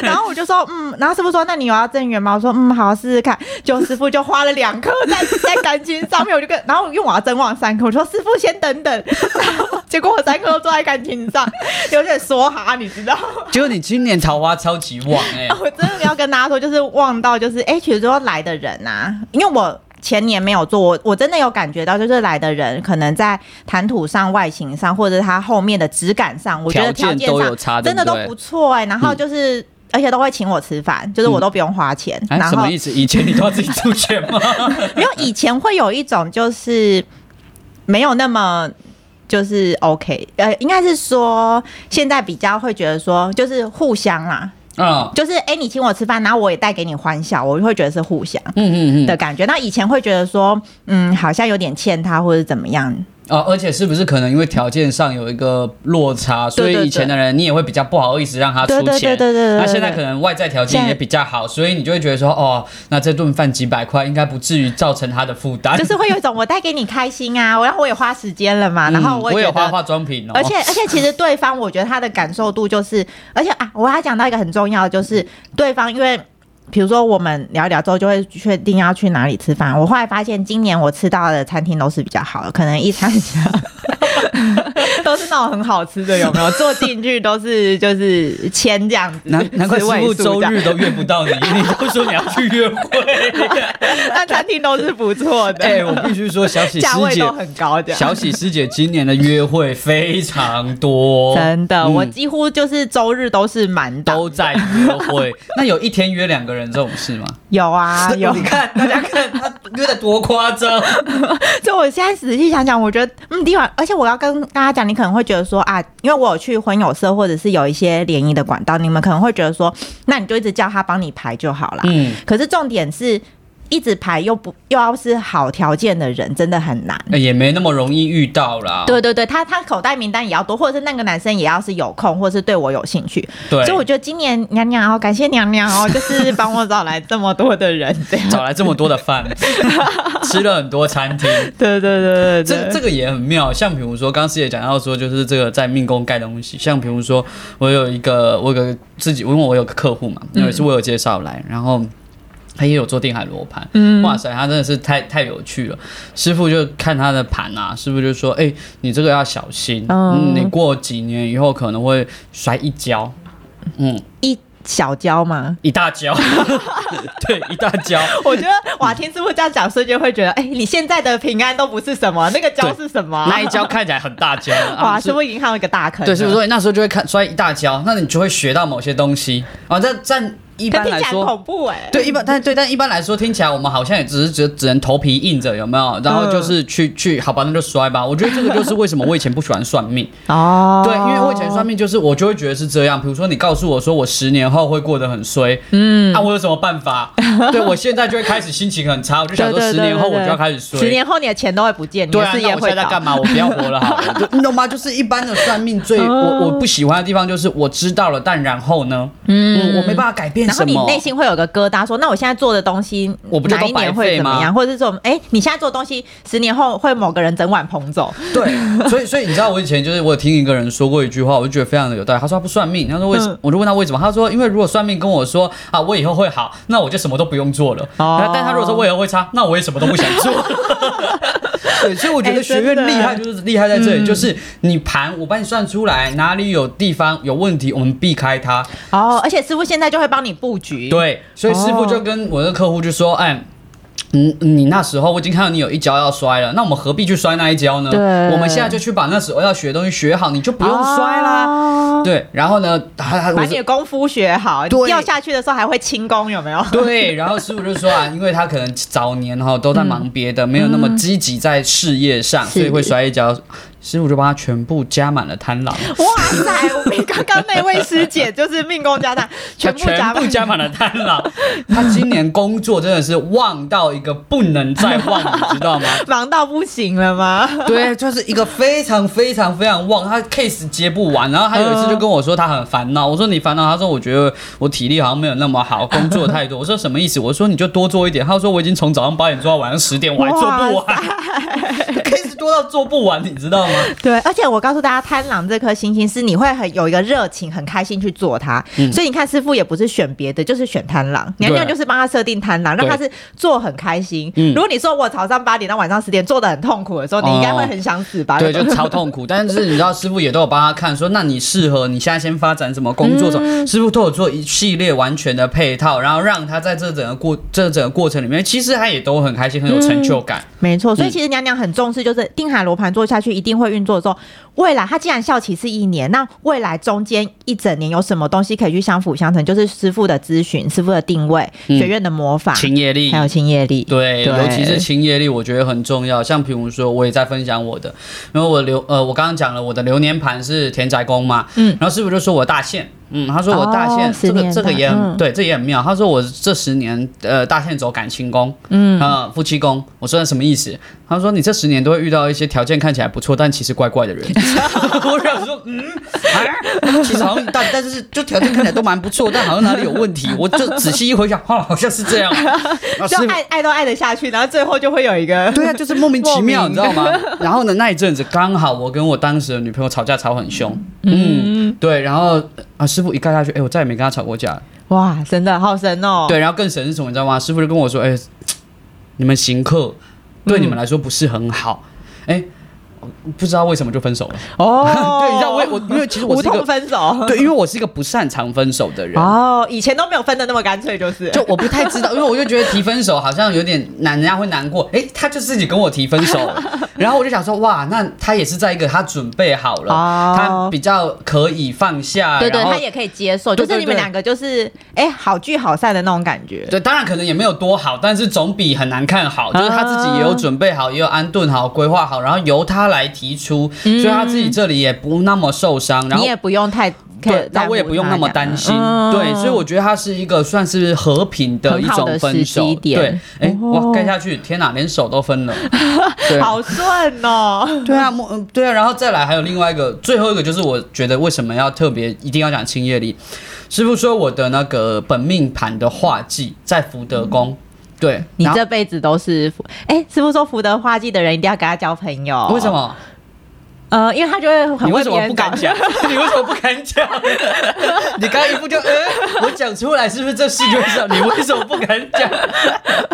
S2: 然后我就说，嗯，然后师傅说，那你有要正缘吗？我说，嗯，好，试试看。就师傅就花了两颗在在感情上面，我就跟，然后因为我要增旺三颗，我说师傅先等等。然后结果我三颗都坐在感情上，有点梭哈，你知道吗？
S3: 结果你今年桃花超级旺哎、
S2: 哦我真的要跟大家说，就是旺到就是，哎、其实说来的人啊，因为我。前年没有做，我我真的有感觉到，就是来的人可能在谈吐上、外形上，或者他后面的质感上，我觉得条
S3: 条件
S2: 件
S3: 都
S2: 上
S3: 有差
S2: 真的都
S3: 对嗯不对
S2: 不错哎、然后就是、而且都会请我吃饭，就是我都不用花钱。
S3: 嗯哎，
S2: 然
S3: 什
S2: 后
S3: 么意思？以前你都要自己出 钱吗？
S2: 没有以前会有一种就是没有那么就是 OK，呃，应该是说现在比较会觉得说，就是互相啊啦，
S3: 嗯
S2: 就是哎、诶你请我吃饭，然后我也带给你欢笑，我就会觉得是互相
S3: 嗯嗯嗯，
S2: 的感觉。那以前会觉得说，嗯，好像有点欠他或者怎么样，
S3: 哦，而且是不是可能因为条件上有一个落差，所
S2: 对对
S3: 以
S2: 对
S3: 以前的人你也会比较不好意思让他出
S2: 对对
S3: 钱
S2: 对对，对对。
S3: 那
S2: 对
S3: 现在可能外在条件也比较好，所以你就会觉得说，哦，那这顿饭几百块应该不至于造成他的负担。
S2: 就是会有一种我带给你开心啊，我然后我也花时间了嘛，
S3: 嗯，
S2: 然后
S3: 我
S2: 也
S3: 有
S2: 觉
S3: 花
S2: 得。
S3: 化妆品哦，
S2: 而且而且，其实对方我觉得他的感受度就是，而且啊，我还讲到一个很重要的，就是对方因为，比如说我们聊一聊之后，就会确定要去哪里吃饭。我后来发现，今年我吃到的餐厅都是比较好的，可能一餐 都是那种很好吃的，有没有？坐进去都是就是千这样子，
S3: 难难怪师
S2: 四位
S3: 傅
S2: 数
S3: 周
S2: 这样
S3: 日都约不到 你，你都说你要去约 会。
S2: 那餐厅都是不错的，
S3: 哎、我 必须说，小喜师
S2: 价位
S3: 姐
S2: 都，很高这样。
S3: 小喜师姐今年的约会非常多，
S2: 真的，
S3: 嗯
S2: 我几乎就是周日都是满档
S3: 都在约会。那有一天约两个人这种事吗？
S2: 有 啊有
S3: 你。看大家看他约的多夸张，
S2: 就我现在仔细想想，我觉得嗯，第一晚，而且我要跟大家讲，你可能会觉得说啊，因为我有去婚友社或者是有一些联谊的管道，你们可能会觉得说，那你就一直叫他帮你排就好了。
S3: 嗯。
S2: 可是重点是。一直排又不又要是好条件的人，真的很难。
S3: 欸也没那么容易遇到啦，
S2: 对对对，他他口袋名单也要多，或者是那个男生也要是有空，或者是对我有兴趣。
S3: 对，
S2: 所以我觉得今年娘娘哦，感谢娘娘哦，就是帮我找来这么多的人，这样。
S3: 找来这么多的 饭，吃了很多餐厅，
S2: 对对对对
S3: 这这个也很妙，像比如说，刚刚师姐讲到说，就是这个在命宫盖东西，像比如说，我有一个，我有个自己，因为我有个客户嘛，
S2: 嗯
S3: 因为是我有介绍来，然后。他也有做定海罗盘，
S2: 嗯
S3: 哇塞，他真的是太太有趣了。师傅就看他的盘啊，师傅就说：“哎、你这个要小心，
S2: 嗯
S3: 嗯，你过几年以后可能会摔一跤， 嗯，
S2: 一小跤嘛。
S3: 一 大跤，对，一大跤。
S2: 我觉得哇，听师傅这样讲，瞬间会觉得，哎、你现在的平安都不是什么，那个跤是什么啊？
S3: 那一跤看起来很大跤，
S2: 哇，
S3: 啊
S2: 师傅已经看到一个大坑了。
S3: 对，所以说那时候就会看摔一大跤，那你就会学到某些东西啊。但但一
S2: 可
S3: 般
S2: 听
S3: 来
S2: 起来很
S3: 说，
S2: 恐怖哎、
S3: 对，一般但对，但一般来说听起来我们好像也只是只只能头皮硬着，有没有？然后
S2: 嗯
S3: 就是去、去，好吧，那就摔吧。我觉得这个就是为什么我以前不喜欢算命，
S2: 哦
S3: 对，因为我以前算命就是我就会觉得是这样。比如说你告诉我说我十年后会过得很衰，嗯，那、我有什么办法？对我现在就会开始心情很差，我就想说十年后我就要开始衰。
S2: 十年后你的钱都会不见，你
S3: 对
S2: 的
S3: 啊，
S2: 事
S3: 那
S2: 业
S3: 我现
S2: 会
S3: 在在
S2: 倒。
S3: 干嘛？我 不要活了好了，嗯就 你懂吗？就是一般的算命 最我我不喜欢的地方就是我知道了，但然后呢，嗯，我没办法改变
S2: 然后
S3: 什
S2: 你
S3: 么。
S2: 内心会有个疙瘩说，那我现在做的东西，
S3: 我不就都
S2: 哪一年
S3: 白
S2: 会
S3: 费
S2: 怎
S3: 吗
S2: 么样？或者是说，哎、你现在做的东西，十年后会某个人整晚捧走，
S3: 对，所以所以你知道我以前就是我有听一个人说过一句话，我就觉得非常的有道理。他说他不算命，他说为什么？
S2: 嗯
S3: 我就问他为什么？他说因为如果算命跟我说啊我以后会好，那我就什么都不用做了。
S2: 哦
S3: 但他如果说我以后会差，那我也什么都不想做。 对，所以我觉得
S2: 哎
S3: 学
S2: 真
S3: 院
S2: 的
S3: 厉害就是厉害在这里，就是你盘我帮你算出来哪里有地方有问题，我们避开它。
S2: 哦，而且师傅现在就会帮你布局，，
S3: 对，所以师傅
S2: 哦
S3: 就跟我的客户就说：“哎、嗯，你那时候我已经看到你有一跤要摔了，那我们何必去摔那一跤呢？
S2: 对
S3: 我们现在就去把那时候要学的东西学好，你就不用摔啦。
S2: 哦
S3: 对，然后呢，他他
S2: 把
S3: 我
S2: 你的
S3: 说
S2: 功夫学好，
S3: 对
S2: 掉下去的时候还会轻功，有没有？
S3: 对，然后师傅就说啊，因为他可能早年哈都
S2: 嗯
S3: 在忙别的，没有那么积极在事业上，所以会摔一跤。师傅就帮他全部加满了贪狼，
S2: 哇塞！我们刚刚那位师姐就是命宫 加大，全部加
S3: 他全部
S2: 满。
S3: 加满了贪狼。他今年工作真的是旺到一个不能再旺， 你知道吗？
S2: 忙到不行了吗？
S3: 对，就是一个非常非常非常旺，他 case 接不完。然后他有一次就跟我说他很烦恼，我说你烦恼，他说我觉得我体力好像没有那么好，工作太多。我说什么意思？我说你就多做一点。他说我已经从早上八点做到晚上十点，我还做不完 ，case 多到做不完，你知道吗？
S2: 对，而且我告诉大家，贪狼这颗星星是你会很有一个热情，很开心去做它。所以你看，师傅也不是选别的，就是选贪狼。娘娘
S3: 嗯对
S2: 就是帮他设定贪狼，让他是做很开心。
S3: 嗯
S2: 如果你说我早上八点到晚上十点做的很痛苦的时候，你应该会很想死吧？
S3: 对，就超痛苦。但是你知道，师傅也都有帮他看，说那你适合你现在先发展什么工作什么，
S2: 嗯
S3: 师傅都有做一系列完全的配套，然后让他在这整个过这整个过程里面，其实他也都很开心，很有成就感。
S2: 没错，所以
S3: 嗯
S2: 其实娘娘很重视，就是定海罗盘做下去一定会运作之后，未来它既然效期是一年，那未来中间一整年有什么东西可以去相辅相成，就是师傅的咨询、师傅的定位、
S3: 嗯
S2: 学院的魔法，
S3: 清业力
S2: 啊还有清业力。对
S3: 对，尤其是勤业力，我觉得很重要。像比如说，我也在分享我的，因为我流呃，我刚刚讲了我的流年盘是田宅宫嘛，
S2: 嗯，
S3: 然后师傅就说我大限，嗯，他说我大限、
S2: 哦
S3: 这
S2: 十
S3: 个
S2: 年
S3: 这个
S2: 大
S3: 也很、
S2: 嗯
S3: 对，这也很妙。他说我这十年呃大限走感情宫，
S2: 嗯
S3: 呃夫妻宫，我说那什么意思？他说你这十年都会遇到一些条件看起来不错，但其实怪怪的人。我想说，嗯，啊，其实好像但但是就条件看起来都蛮不错，但好像哪里有问题。我就仔细一回想，哦，好像是这 样。然后师
S2: 就
S3: 傅
S2: 爱爱都爱得下去，然后最后就会有一个
S3: 对啊，就是莫名其妙，
S2: 莫名
S3: 你知道吗？然后呢，那一阵子刚好我跟我当时的女朋友吵架吵很凶，嗯，对，然后啊，师傅一盖下去，哎、我再也没跟他吵过架了。
S2: 哇，真的好神哦。
S3: 对，然后更神是什么，你知道吗？师傅就跟我说，哎、你们行客对你们来说不是很好，哎、不知道为什么就分手了。，
S2: 哦
S3: 对，你知道我也我因为其实我
S2: 无
S3: 是一
S2: 痛
S3: 个
S2: 分手。
S3: 对，因为我是一个不擅长分手的人。
S2: 哦，以前都没有分的那么干脆，就是
S3: 就我不太知道，因为我就觉得提分手好像有点难，人家会难过。诶，他就自己跟我提分手 了，然后我就想说，哇，那他也是在一个他准备好了，
S2: 哦
S3: 他比较可以放下，
S2: 对对，
S3: 然后
S2: 他也可以接受，
S3: 对
S2: 就
S3: 对
S2: 是你们
S3: 对
S2: 两个就是哎、好聚好散的那种感觉。
S3: 对，当然可能也没有多好，但是总比很难看
S2: 啊
S3: 好。就是他自己也有准备好，也有安顿好、规划好，然后由他来提出，所以他自己这里也不那么受伤。然
S2: 嗯
S3: 后
S2: 你也不用太
S3: 对
S2: 太，
S3: 那我也不用那么担心。对，所以我觉得它是一个算是和平的一
S2: 嗯很好
S3: 种
S2: 的
S3: 分
S2: 时
S3: 手
S2: 机。点
S3: 对，哎，哇，
S2: 哦
S3: 盖下去，天哪，连手都 分了。对
S2: 好顺 哦。
S3: 对啊，莫嗯对啊，然后再来还有另外一个，最后一个就是我觉得为什么要特别一定要讲清业力？师傅说我的那个本命盘的画技在福德宫，对，
S2: 嗯你
S3: 然后
S2: 这辈子都是福哎、师傅说福德化忌的人一定要跟他交朋友，
S3: 为什？么？
S2: 呃，因为他就会很
S3: 你为
S2: 为
S3: 什
S2: 别
S3: 么
S2: 人
S3: 不
S2: 着
S3: 敢讲？你为什么不敢讲？ 你刚刚一副就，哎，我讲出来是不是这世界上你为什么不敢讲？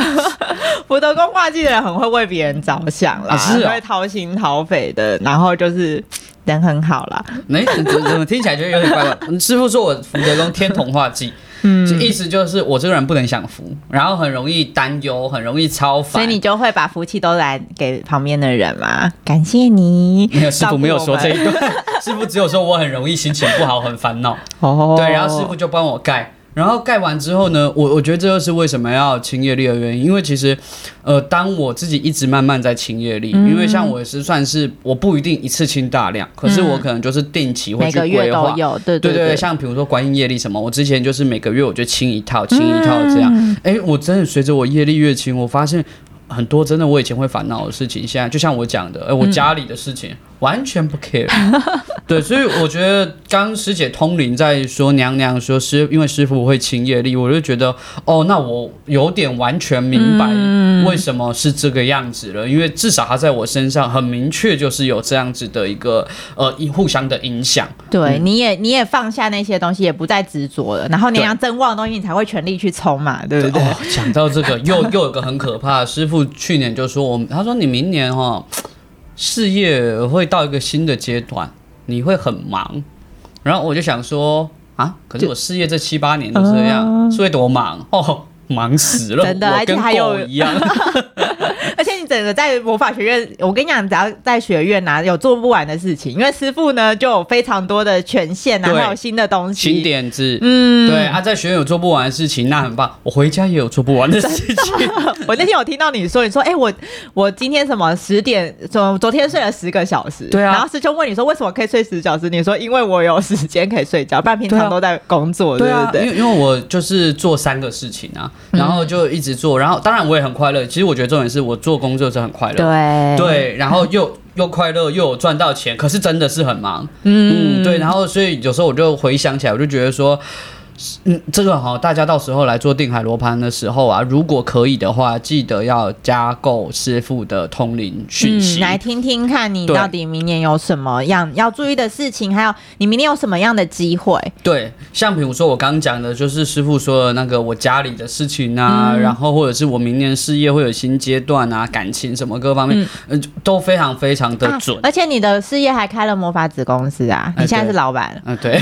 S2: 福德宫化忌的人很会为别人着想啦，
S3: 啊是哦
S2: 很会掏心掏肺的，然后就是人很好啦。
S3: 没哎怎怎怎么听起来就有点怪怪。嗯师傅说我福德宫天同化忌，嗯，意思就是我这个人不能享福，然后很容易担忧，很容易超
S2: 所
S3: 烦。
S2: 以你就会把福气都来给旁边的人嘛。感谢你，
S3: 没有师傅没有说这
S2: 照
S3: 一段，师傅只有说我很容易心情不好，很烦恼。
S2: 顾我们哦，
S3: 对，然后师傅就帮我盖。然后盖完之后呢，我我觉得这就是为什么要清业力的原因，因为其实，呃，当我自己一直慢慢在清业力，
S2: 嗯
S3: 因为像我是算是我不一定一次清大量，可是我可能就是定期
S2: 嗯
S3: 会
S2: 每
S3: 去
S2: 个月
S3: 规
S2: 都
S3: 划，
S2: 有，对
S3: 对
S2: 对
S3: 像比如说观音业力什么，我之前就是每个月我就清一套，清一套这样。
S2: 嗯
S3: 哎、我真的随着我业力越清，我发现很多真的我以前会烦恼的事情，现在就像我讲的，哎、
S2: 嗯
S3: 我家里的事情、完全不 care。对， 所以我觉得刚刚师姐通灵在说娘娘说师，因为师傅会清业力，我就觉得哦，那我有点完全明白
S2: 嗯
S3: 为什么是这个样子了，因为至少他在我身上很明确，就是有这样子的一个呃互相的影响。嗯
S2: 对，你也你也放下那些东西，也不再执着了，然后你
S3: 对
S2: 要真忘的东西，你才会全力去冲嘛，对不对？
S3: 哦，讲到这个，又 又有个很可怕的师傅，去年就说我们，他说你明年哈、哦、事业会到一个新的阶段，你会很忙。然后我就想说啊，可是我事业这七八年都这样，是会多忙哦，忙死了，
S2: 啊真的
S3: 我
S2: 而且
S3: 跟
S2: 还有
S3: 狗一 样。
S2: 而且你整个在魔法学院，我跟你讲，只要在学院啊，有做不完的事情，因为师傅呢就有非常多的权限啊，
S3: 对
S2: 还有新的东西。
S3: 新点子，
S2: 嗯，
S3: 对啊，在学院有做不完的事情，那很棒。我回家也有做不完的事情，
S2: 我那天有听到你说，你说，哎、我我今天什么十点，昨昨天睡了十个小时，
S3: 对啊
S2: 然后师兄问你说，为什么可以睡十小时？你说，因为我有时间可以睡觉，不然平
S3: 对啊
S2: 常都在工作， 对,、
S3: 啊，
S2: 不对？
S3: 因为因为我就是做三个事情啊，然后就一直做，然后当然我也很快乐。其实我觉得重点是我做工作是很快乐，
S2: 对
S3: 对，然后又又快乐又有赚到钱，可是真的是很忙，嗯对，然后所以有时候我就回想起来，我就觉得说。嗯，这个哈、大家到时候来做定海罗盘的时候啊，如果可以的话，记得要加购师傅的通灵讯
S2: 嗯，
S3: 息。
S2: 来听听看你
S3: 对
S2: 到底明年有什么样要注意的事情，还有你明年有什么样的机会。
S3: 对，像比如说我刚刚讲的，就是师傅说的那个我家里的事情啊，
S2: 嗯
S3: 然后或者是我明年事业会有新阶段啊，感情什么各方面，嗯、都非常非常的准。
S2: 啊而且你的事业还开了魔法子公司啊，
S3: 哎
S2: 你现在
S3: 对
S2: 是老板。
S3: 嗯，对，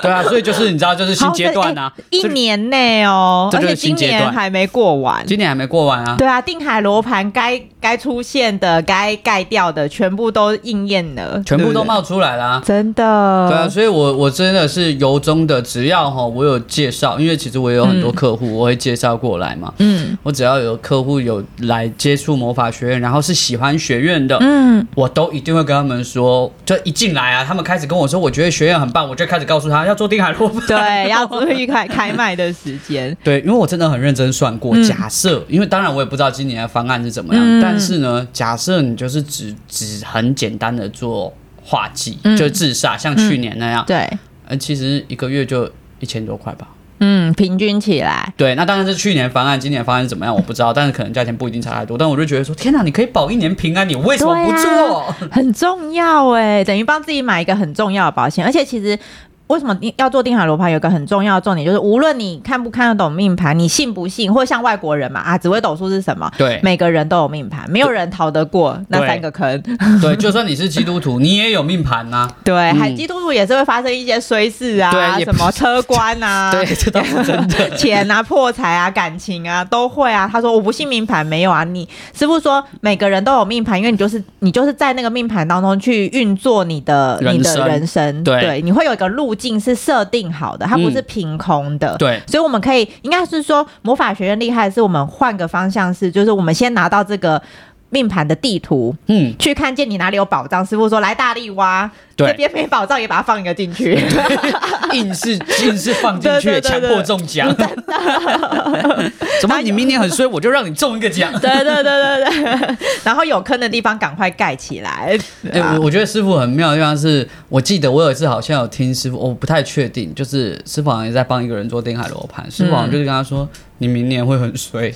S3: 对啊，所以就是你知道，就是新阶段啊
S2: 好，这哎一年内哦，
S3: 这
S2: 而
S3: 就是
S2: 且今
S3: 新阶
S2: 年
S3: 段
S2: 还没过完。
S3: 今年还没过完啊。
S2: 哎对啊，定海罗盘该该出现的、该盖掉的，全部都应验了，
S3: 全部
S2: 对哦
S3: 都
S2: 不对
S3: 冒出来啦、
S2: 真
S3: 对啊，
S2: 的。
S3: 所以我我真的是由衷的，只要哈我有介绍，因为其实我也有很多客户，我会介绍过来嘛。
S2: 嗯
S3: 我只要有客户有来接触魔法学院，然后是喜欢学院的，
S2: 嗯，
S3: 我都一定会跟他们说，就一进来啊，他们开始跟我说，我觉得学院很棒，我就开始告诉他要做定海罗盘。
S2: 对，要注意开开卖的时间。
S3: 对，因为我真的很认真算过，
S2: 嗯
S3: 假设，因为当然我也不知道今年的方案是怎么样，
S2: 嗯
S3: 但是呢，假设你就是只只很简单的做化技，
S2: 嗯
S3: 就自杀，像去年那样，
S2: 对，
S3: 呃，其实一个月就一千多块吧。
S2: 嗯，平均起来，
S3: 对，那当然是去年方案，今年方案是怎么样我不知道，但是可能价钱不一定差太多。但我就觉得说，天哪，你可以保一年平安，你为什么不做？
S2: 很重要哎、等于帮自己买一个很重要的保险。而且其实为什么要做定海罗盘，有一个很重要的重点就是，无论你看不看得懂命盘，你信不信，或像外国人嘛啊，紫微斗数是什么？
S3: 对
S2: 每个人都有命盘，没有人逃得过那
S3: 对
S2: 三个坑。
S3: 对，就算你是基督徒，你也有命盘呐、
S2: 对，
S3: 嗯
S2: 海基督徒也是会发生一些衰事啊，
S3: 对也
S2: 什么车关啊，
S3: 对，这倒是真的。
S2: 钱啊、破财啊、感情啊都会啊。他说我不信命盘，没有啊。你师傅说每个人都有命盘，因为你就是你就是在那个命盘当中去运作你的
S3: 人
S2: 你
S3: 生
S2: 的人生，
S3: 对
S2: 你会有一个路径是设定好的，它不是
S3: 嗯
S2: 凭空的。
S3: 对，
S2: 所以我们可以应该是说，魔法学院厉害的是我们换个方向是，就是我们先拿到这个命盘的地图，
S3: 嗯，
S2: 去看见你哪里有宝藏。师傅说来大力挖，
S3: 对
S2: 这边没宝藏也把它放一个进去。
S3: 硬是硬是放进去，
S2: 对对对
S3: 强
S2: 对
S3: 迫中 奖。 怎么你明年很衰，我就让你中一个 奖？
S2: 对对对对对，然后有坑的地方赶快盖起来。啊
S3: 哎、我我觉得师傅很妙的地方是，我记得我有一次好像有听师傅，我不太确定，就是师傅好像也在帮一个人做定海罗盘，师傅
S2: 嗯
S3: 好像就是跟他说，你明年会很 衰，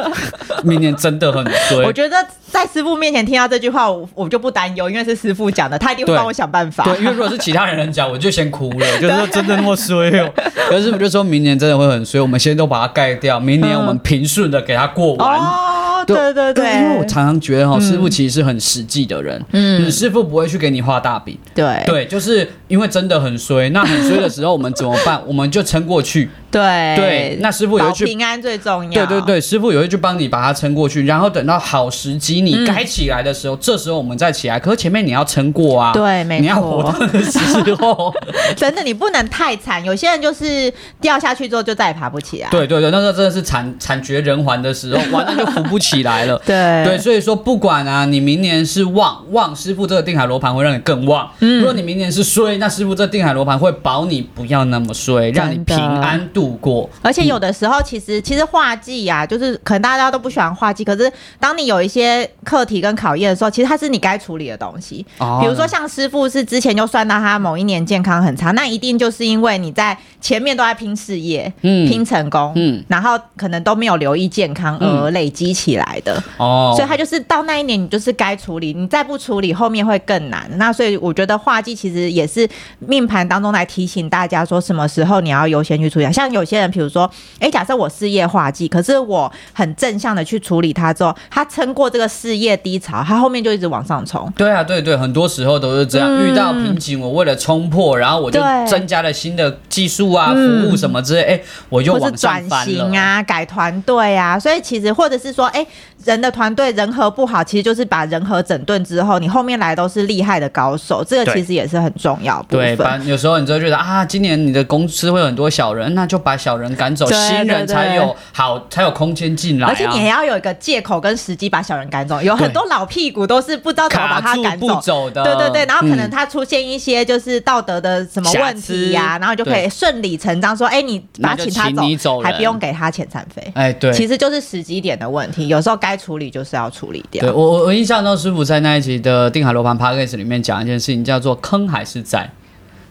S3: 明年真的很
S2: 我
S3: 衰。
S2: 觉得在师傅面前听到这句话，我我就不担忧，因为是师傅讲的，他一定会
S3: 对
S2: 帮我想办法。
S3: 对，因为如果是其他人讲，我就先哭了，就是说真的那么衰 哦。可是师傅就说明年真的会很衰，我们先都把它盖掉，明年我们平顺的给它过 完。
S2: 嗯哦，对对对，嗯
S3: 因为我常常觉得哈，师傅其实是很实际的人，嗯，师傅不会去给你画大饼，
S2: 对
S3: 对，就是因为真的很衰，那很衰的时候我们怎么 办？我们就撑过去。
S2: 对
S3: 对那师傅有一
S2: 保
S3: 句
S2: 平安最重要。
S3: 对对对，师傅也会去帮你把它撑过去，然后等到好时机你
S2: 嗯
S3: 该起来的时候，这时候我们再起来。可是前面你要撑过啊，
S2: 对没
S3: 你要
S2: 错
S3: 活到的时 候。
S2: 真的你不能太惨，有些人就是掉下去之后就再也爬不起来。
S3: 对对对，那时候真的是惨惨绝人寰的时候，完了就扶不起来了。
S2: 对
S3: 对，所以说不管啊，你明年是旺旺师傅这个定海罗盘会让你更旺。
S2: 嗯
S3: 如果你明年是衰，那师傅这定海罗盘会保你不要那么衰，让你
S2: 真的
S3: 平安度过。
S2: 而且有的时候，其实、其实画技啊，就是可能大家都不喜欢画技，可是当你有一些课题跟考验的时候，其实它是你该处理的东西。
S3: 哦
S2: 比如说像师傅是之前就算到他某一年健康很差，那一定就是因为你在前面都在拼事业、
S3: 嗯
S2: 拼成功，
S3: 嗯
S2: 然后可能都没有留意健康而累积起来的。
S3: 哦，
S2: 所以他就是到那一年，你就是该处理，你再不处理，后面会更难。那所以我觉得画技其实也是命盘当中来提醒大家说，什么时候你要优先去处理。像有些人，比如说，诶，假设我事业画技，可是我很正向的去处理它之后，他撑过这个事业低潮，他后面就一直往上冲。
S3: 对啊，对对，很多时候都是这样。
S2: 嗯
S3: 遇到瓶颈，我为了冲破，然后我就
S2: 对
S3: 增加了新的技术啊、
S2: 嗯
S3: 服务什么之类，哎，我又
S2: 或是
S3: 往上
S2: 转
S3: 翻
S2: 型
S3: 了。
S2: 啊，改团队啊，所以其实或者是说，诶，人的团队人和不好，其实就是把人和整顿之后，你后面来都是厉害的高手，这个
S3: 对
S2: 其实也是很重要的部
S3: 对，
S2: 分。
S3: 反有时候你就会觉得啊，今年你的公司会有很多小人，那就把小人赶走，
S2: 对
S3: 新人
S2: 对对
S3: 才有好才有空间进来啊。
S2: 而且你还要有一个借口跟时机把小人赶走，有很多老屁股都是不知道怎么把
S3: 卡
S2: 他
S3: 住
S2: 赶
S3: 不
S2: 走。
S3: 走的，
S2: 对对对，然后可能
S3: 嗯
S2: 他出现一些就是道德的什么问题呀、
S3: 瑕疵
S2: 然后就可以
S3: 对
S2: 顺理成章说，哎，你把他请他
S3: 那就请你走
S2: 走，
S3: 人
S2: 还不用给他遣散费。
S3: 哎对，
S2: 其实就是时机点的问题，有时候该处理就是要处理掉
S3: 对。我我我印象中师傅在那一集的定海罗盘 p a c k a g e 里面讲一件事情，叫做坑还是在，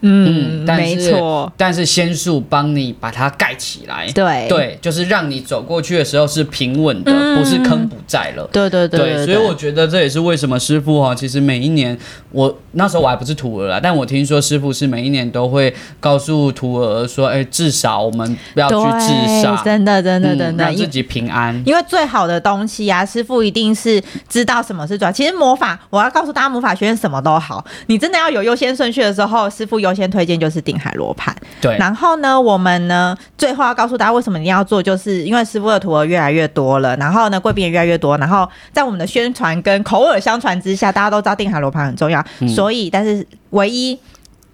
S2: 嗯，
S3: 但
S2: 没
S3: 是
S2: 错，
S3: 但是仙术帮你把它盖起来，
S2: 对
S3: 对，就是让你走过去的时候是平稳的，
S2: 嗯
S3: 不是坑不在了。
S2: 对对对，
S3: 所以我觉得这也是为什么师傅哈、其实每一年我那时候我还不是徒儿啦，啊但我听说师傅是每一年都会告诉徒儿说，哎，至少我们不要去
S2: 对
S3: 自杀，
S2: 真的真的真
S3: 嗯
S2: 的，
S3: 让
S2: 因
S3: 自己平安。
S2: 因为最好的东西啊，师傅一定是知道什么是主要。其实魔法，我要告诉大家，魔法学院什么都好，你真的要有优先顺序的时候，师傅优先推荐就是定海罗盘。
S3: 对，
S2: 然后呢，我们呢最后要告诉大家为什么一定要做，就是因为师傅的徒儿越来越多了，然后呢贵宾也越来越多，然后在我们的宣传跟口耳相传之下，大家都知道定海罗盘很重要，
S3: 嗯
S2: 所以但是唯一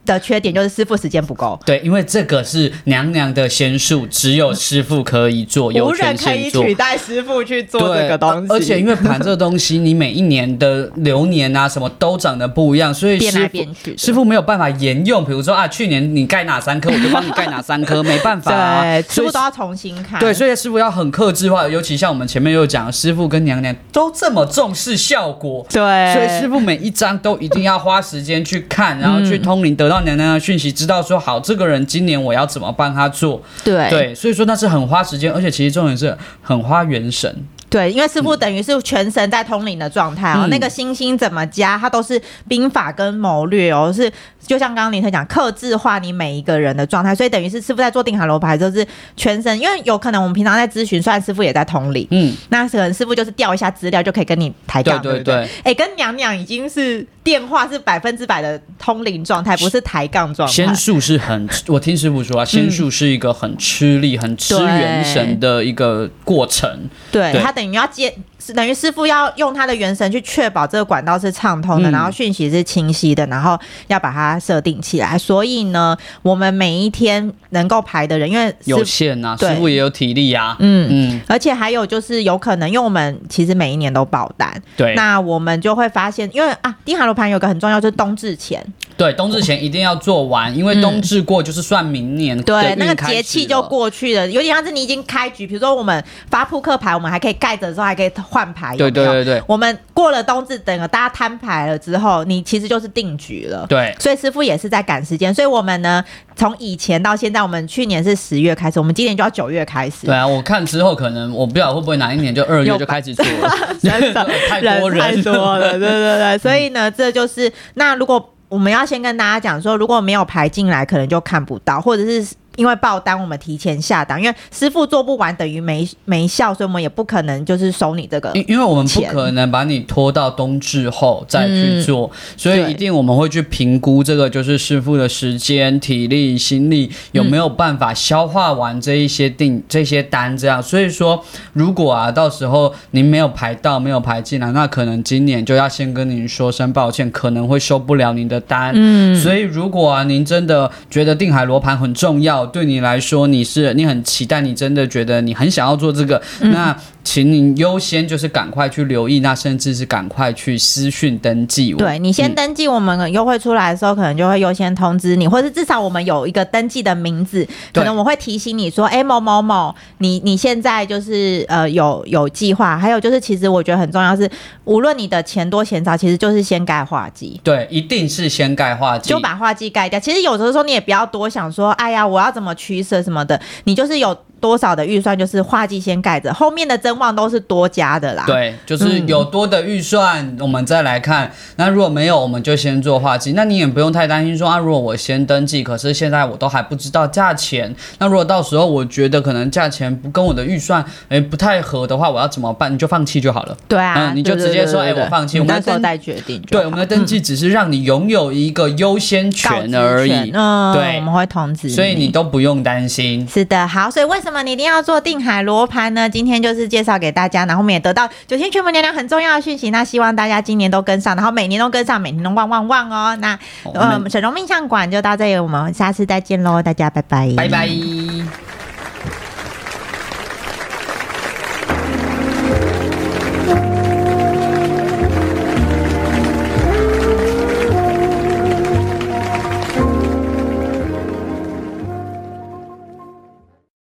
S2: 的缺点就是师傅时间不够。
S3: 对，因为这个是娘娘的仙术，只有师傅可以做，
S2: 无
S3: 有
S2: 人
S3: 权
S2: 可以
S3: 先做。
S2: 取代师傅去做
S3: 对，呃
S2: 这个东西，
S3: 而且因为盘这个东西，你每一年的流年啊什么都长得不一样，所以
S2: 变
S3: 师
S2: 来
S3: 傅
S2: 变去的
S3: 师傅没有办法沿用。比如说啊，去年你盖哪三颗，我就帮你盖哪三颗，没办法、啊
S2: 对，，师
S3: 所以
S2: 傅都要重新看。
S3: 对，所以师傅要很克制化，尤其像我们前面有讲，师傅跟娘娘都这么重视效果，
S2: 对，
S3: 所以师傅每一张都一定要花时间去看，然后
S2: 嗯
S3: 去通灵，得到娘娘的讯息，知道说好这个人今年我要怎么帮他做。
S2: 对
S3: 对，所以说那是很花时间，而且其实重点是很花元神。
S2: 对，因为师傅等于是全神在通灵的状态哦，
S3: 嗯
S2: 那个星星怎么加，它都是兵法跟谋略哦，是就像刚刚林特讲，克制化你每一个人的状态，所以等于是师傅在做定海罗牌，就是全神，因为有可能我们平常在咨询，虽然师傅也在通灵，
S3: 嗯，
S2: 那可能师傅就是调一下资料就可以跟你抬杠，
S3: 哦对
S2: 对
S3: 对
S2: 不对。哎、跟娘娘已经是电话是百分之百的通灵状态，不是抬杠状态
S3: 仙。术是很，我听师傅说啊，
S2: 嗯
S3: 仙术是一个很吃力、很吃元神的一个过程。
S2: 对
S3: 对
S2: 他等于要接，是等于师傅要用他的元神去确保这个管道是畅通的，
S3: 嗯
S2: 然后讯息是清晰的，然后要把它设定起来。所以呢，我们每一天能够排的人，因为师
S3: 有限啊，
S2: 对
S3: 师傅也有体力啊。
S2: 嗯。
S3: 嗯，
S2: 而且还有就是有可能，因为我们其实每一年都爆单，
S3: 对
S2: 那我们就会发现，因为啊，丁海罗盘有个很重要，就是冬至前，
S3: 对，冬至前一定要做完，因为冬至过就是算明年的
S2: 嗯对，
S3: 运
S2: 那个
S3: 开
S2: 节
S3: 始
S2: 气就
S3: 了。
S2: 过去了，有点像是你已经开局，比如说我们发扑克牌，我们还可以盖着的时候还可以换牌，有
S3: 对
S2: 没有
S3: 对对对
S2: 我们过了冬至，等大家摊牌了之后，你其实就是定局了。
S3: 对，
S2: 所以师傅也是在赶时间，所以我们呢，从以前到现在，我们去年是十月开始，我们今年就要九月开始。
S3: 对啊，我看之后可能我不知道会不会哪一年就二月
S2: 又
S3: 就开始做了，
S2: 真的
S3: 太多人
S2: 太多 了，对对对，所以呢，这就是那如果我们要先跟大家讲说，如果没有排进来，可能就看不到，或者是。因为爆单，我们提前下档，因为师傅做不完等于没没效，所以我们也不可能就是收你这个。
S3: 因因为我们不
S2: 钱嗯
S3: 可能把你拖到冬至后再去做，所
S2: 对
S3: 以一定我们会去评估这个就是师傅的时间、体力、心力有
S2: 嗯
S3: 没有办法消化完这一些订这些单，这样。所以说，如果啊到时候您没有排到、没有排进来，那可能今年就要先跟您说声抱歉，可能会收不了您的单。嗯，所以如果啊您真的觉得定海罗盘很重要，对你来说你是你很期待，你真的觉得你很想要做这个，
S2: 嗯
S3: 那请您优先就是赶快去留意，那甚至是赶快去私讯登记我。
S2: 对你先
S3: 嗯
S2: 登记，我们优惠出来的时候，可能就会优先通知你，或是至少我们有一个登记的名字，
S3: 对
S2: 可能我会提醒你说，哎、某某某，你你现在就是呃有有计划，还有就是其实我觉得很重要是，无论你的钱多钱少，其实就是先盖画机。
S3: 对，一定是先盖化剂。
S2: 就把画技盖掉。其实有的时候你也不要多想说，哎呀，我要怎么取舍什么的，你就是有多少的预算，就是画技先盖着，后面的增望都是多加的啦。
S3: 对，就是有多的预算，我们再来看。那如果没有，我们就先做化计。那你也不用太担心说啊，如果我先登记，可是现在我都还不知道价钱。那如果到时候我觉得可能价钱不跟我的预算诶不太合的话，我要怎么办？你就放弃就好了。
S2: 对啊，
S3: 嗯你就
S2: 对对
S3: 直接说
S2: 对对对
S3: 哎我放弃
S2: 你
S3: 我们
S2: 那时候
S3: 登
S2: 再决定就好。
S3: 对，我们的登记只是让你拥有一个优先权
S2: 告知
S3: 而
S2: 权
S3: 已。
S2: 嗯，
S3: 对
S2: 我们会通知。
S3: 所以你。都不用担心。
S2: 是的，好，所以为什么你一定要做定海罗盘呢？今天就是介绍给大家，然后我们也得到九天全部娘娘很重要的讯息，那希望大家今年都跟上，然后每年都跟上，每年都旺旺旺哦。那
S3: 我们
S2: 呃，沈荣命相馆就到这里，我们下次再见喽，大家拜拜，
S3: 拜拜。